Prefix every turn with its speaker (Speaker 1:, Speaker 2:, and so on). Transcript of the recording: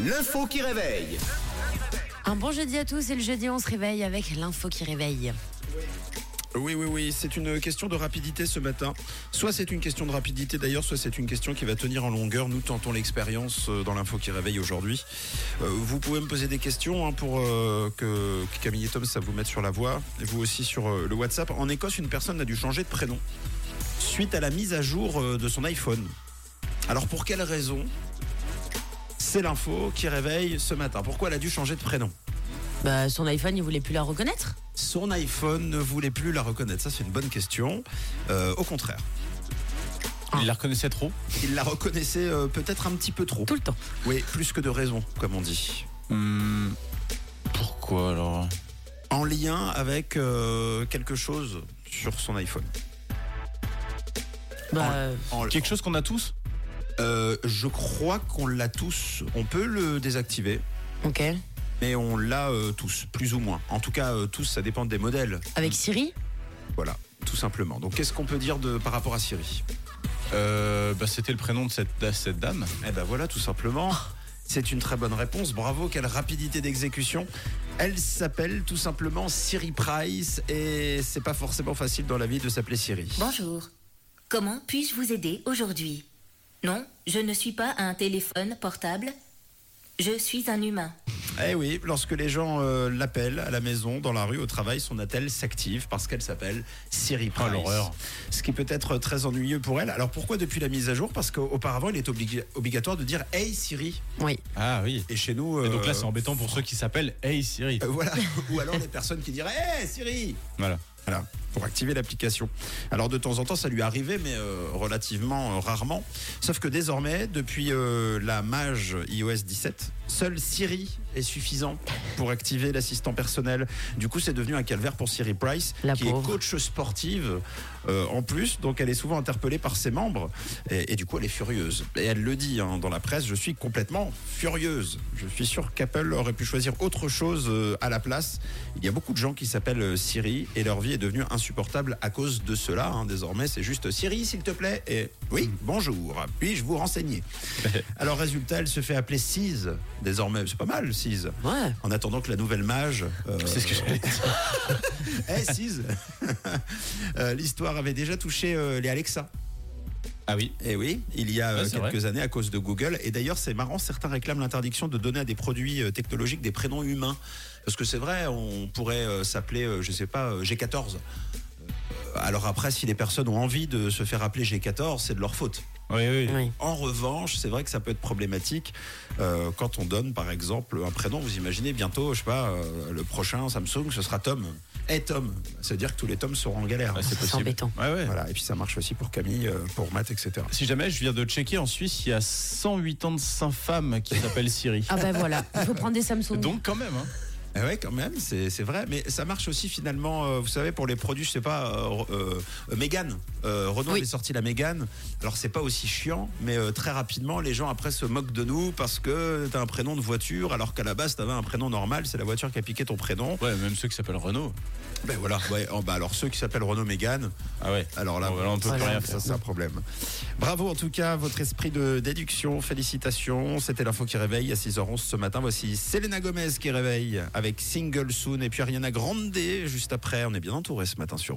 Speaker 1: L'info qui réveille.
Speaker 2: Un bon jeudi à tous et le jeudi on se réveille avec l'info qui réveille.
Speaker 3: Oui, oui, oui, c'est une question de rapidité ce matin. Soit c'est une question de rapidité d'ailleurs, soit c'est une question qui va tenir en longueur. Nous tentons l'expérience euh, dans l'info qui réveille aujourd'hui. Euh, vous pouvez me poser des questions hein, pour euh, que que Camille et Tom, ça vous mette sur la voie. Et vous aussi sur euh, le WhatsApp. En Écosse, une personne a dû changer de prénom suite à la mise à jour euh, de son iPhone. Alors pour quelle raison c'est l'info qui réveille ce matin. Pourquoi elle a dû changer de prénom
Speaker 2: Bah son iPhone il voulait plus la reconnaître.
Speaker 3: Son iPhone ne voulait plus la reconnaître. Ça, c'est une bonne question. Euh, au contraire.
Speaker 4: Il la reconnaissait trop
Speaker 3: Il la reconnaissait euh, peut-être un petit peu trop.
Speaker 2: Tout le temps.
Speaker 3: Oui, plus que de raison, comme on dit.
Speaker 4: Hmm. Pourquoi alors
Speaker 3: En lien avec euh, quelque chose sur son iPhone.
Speaker 2: Bah euh,
Speaker 3: En-
Speaker 4: Quelque chose qu'on a tous
Speaker 3: Euh, je crois qu'on l'a tous. On peut le désactiver,
Speaker 2: ok.
Speaker 3: mais on l'a euh, tous, plus ou moins. En tout cas, euh, tous, ça dépend des modèles.
Speaker 2: Avec Siri
Speaker 3: Voilà, tout simplement. Donc, qu'est-ce qu'on peut dire de, par rapport à Siri
Speaker 4: euh, bah, C'était le prénom de cette, de cette dame.
Speaker 3: Eh ben voilà, tout simplement. C'est une très bonne réponse. Bravo, quelle rapidité d'exécution. Elle s'appelle tout simplement Siri Price et c'est pas forcément facile dans la vie de s'appeler Siri.
Speaker 5: Bonjour. Comment puis-je vous aider aujourd'hui Non, je ne suis pas un téléphone portable. Je suis un humain.
Speaker 3: Eh oui, lorsque les gens euh, l'appellent à la maison, dans la rue, au travail, son attel s'active parce qu'elle s'appelle Siri Price.
Speaker 4: Oh, l'horreur.
Speaker 3: Ce qui peut être très ennuyeux pour elle. Alors pourquoi depuis la mise à jour Parce qu'auparavant, il est obligé- obligatoire de dire Hey Siri.
Speaker 2: Oui.
Speaker 4: Ah oui.
Speaker 3: Et chez nous.
Speaker 4: Et donc
Speaker 3: euh,
Speaker 4: là, c'est embêtant pour ceux qui s'appellent Hey Siri.
Speaker 3: euh, voilà. Ou alors les personnes qui diraient Hey Siri
Speaker 4: Voilà.
Speaker 3: Voilà, pour activer l'application. Alors de temps en temps, ça lui arrivait, mais euh, relativement euh, rarement. Sauf que désormais, depuis euh, la mage iOS 17, seul Siri est suffisant pour activer l'assistant personnel. Du coup, c'est devenu un calvaire pour Siri Price,
Speaker 2: La
Speaker 3: qui
Speaker 2: pauvre.
Speaker 3: est coach sportive euh, en plus, donc elle est souvent interpellée par ses membres, et, et du coup, elle est furieuse. Et elle le dit hein, dans la presse, je suis complètement furieuse. Je suis sûr qu'Apple aurait pu choisir autre chose euh, à la place. Il y a beaucoup de gens qui s'appellent euh, Siri et leur vie est devenue insupportable à cause de cela. hein. Désormais, c'est juste Siri, s'il te plaît. Et oui, bonjour. Puis-je vous renseigner Alors, résultat, elle se fait appeler Sise. Désormais, c'est pas mal, Sise.
Speaker 2: Ouais.
Speaker 3: En attendant que la nouvelle mage. euh,
Speaker 4: C'est ce que j'allais dire.
Speaker 3: eh, Sise Euh, L'histoire avait déjà touché euh, les Alexa.
Speaker 4: Ah oui.
Speaker 3: Eh oui, il y a euh,
Speaker 4: Ouais, c'est
Speaker 3: quelques années à cause de Google. Et d'ailleurs, c'est marrant, certains réclament l'interdiction de donner à des produits euh, technologiques des prénoms humains. Parce que c'est vrai, on pourrait euh, s'appeler, euh, je sais pas, euh, G14. Euh, Alors après, si les personnes ont envie de se faire appeler G14, c'est de leur faute.
Speaker 4: Oui, oui.
Speaker 2: Oui.
Speaker 3: En revanche, c'est vrai que ça peut être problématique euh, quand on donne, par exemple, un prénom. Vous imaginez bientôt, je sais pas, euh, le prochain Samsung, ce sera Tom. Eh Tom, c'est-à-dire que tous les Toms seront en galère. hein.
Speaker 4: Ah,
Speaker 2: c'est
Speaker 4: possible.
Speaker 2: embêtant.
Speaker 4: Ouais, ouais.
Speaker 3: Voilà, et puis ça marche aussi pour Camille, euh, pour Matt, etc.
Speaker 4: Si jamais je viens de checker en Suisse, il y a 185 femmes qui s'appellent Siri.
Speaker 2: Ah bah voilà, il faut prendre des Samsung.
Speaker 4: Donc quand même. Hein.
Speaker 3: Eh ouais, quand même, c'est c'est vrai. Mais ça marche aussi finalement, euh, vous savez, pour les produits, je sais pas, euh, euh, euh, Mégane. Euh, Renault
Speaker 2: Oui.
Speaker 3: avait sorti la Mégane. Alors c'est pas aussi chiant, mais euh, très rapidement, les gens après se moquent de nous parce que t'as un prénom de voiture, alors qu'à la base t'avais un prénom normal, c'est la voiture qui a piqué ton prénom.
Speaker 4: Ouais, même ceux qui s'appellent Renault.
Speaker 3: Ben voilà, ouais, oh, bah alors ceux qui s'appellent Renault Mégane,
Speaker 4: Ah ouais.
Speaker 3: alors là,
Speaker 4: Bon, voilà, on peut
Speaker 3: ça,
Speaker 4: plus
Speaker 3: c'est-
Speaker 4: rien
Speaker 3: ça,
Speaker 4: faire.
Speaker 3: c'est un problème. Bravo en tout cas, votre esprit de déduction, félicitations. C'était l'info qui réveille à 6h11 ce matin. Voici Selena Gomez qui réveille avec Single Soon et puis Ariana Grande juste après. On est bien entouré ce matin sur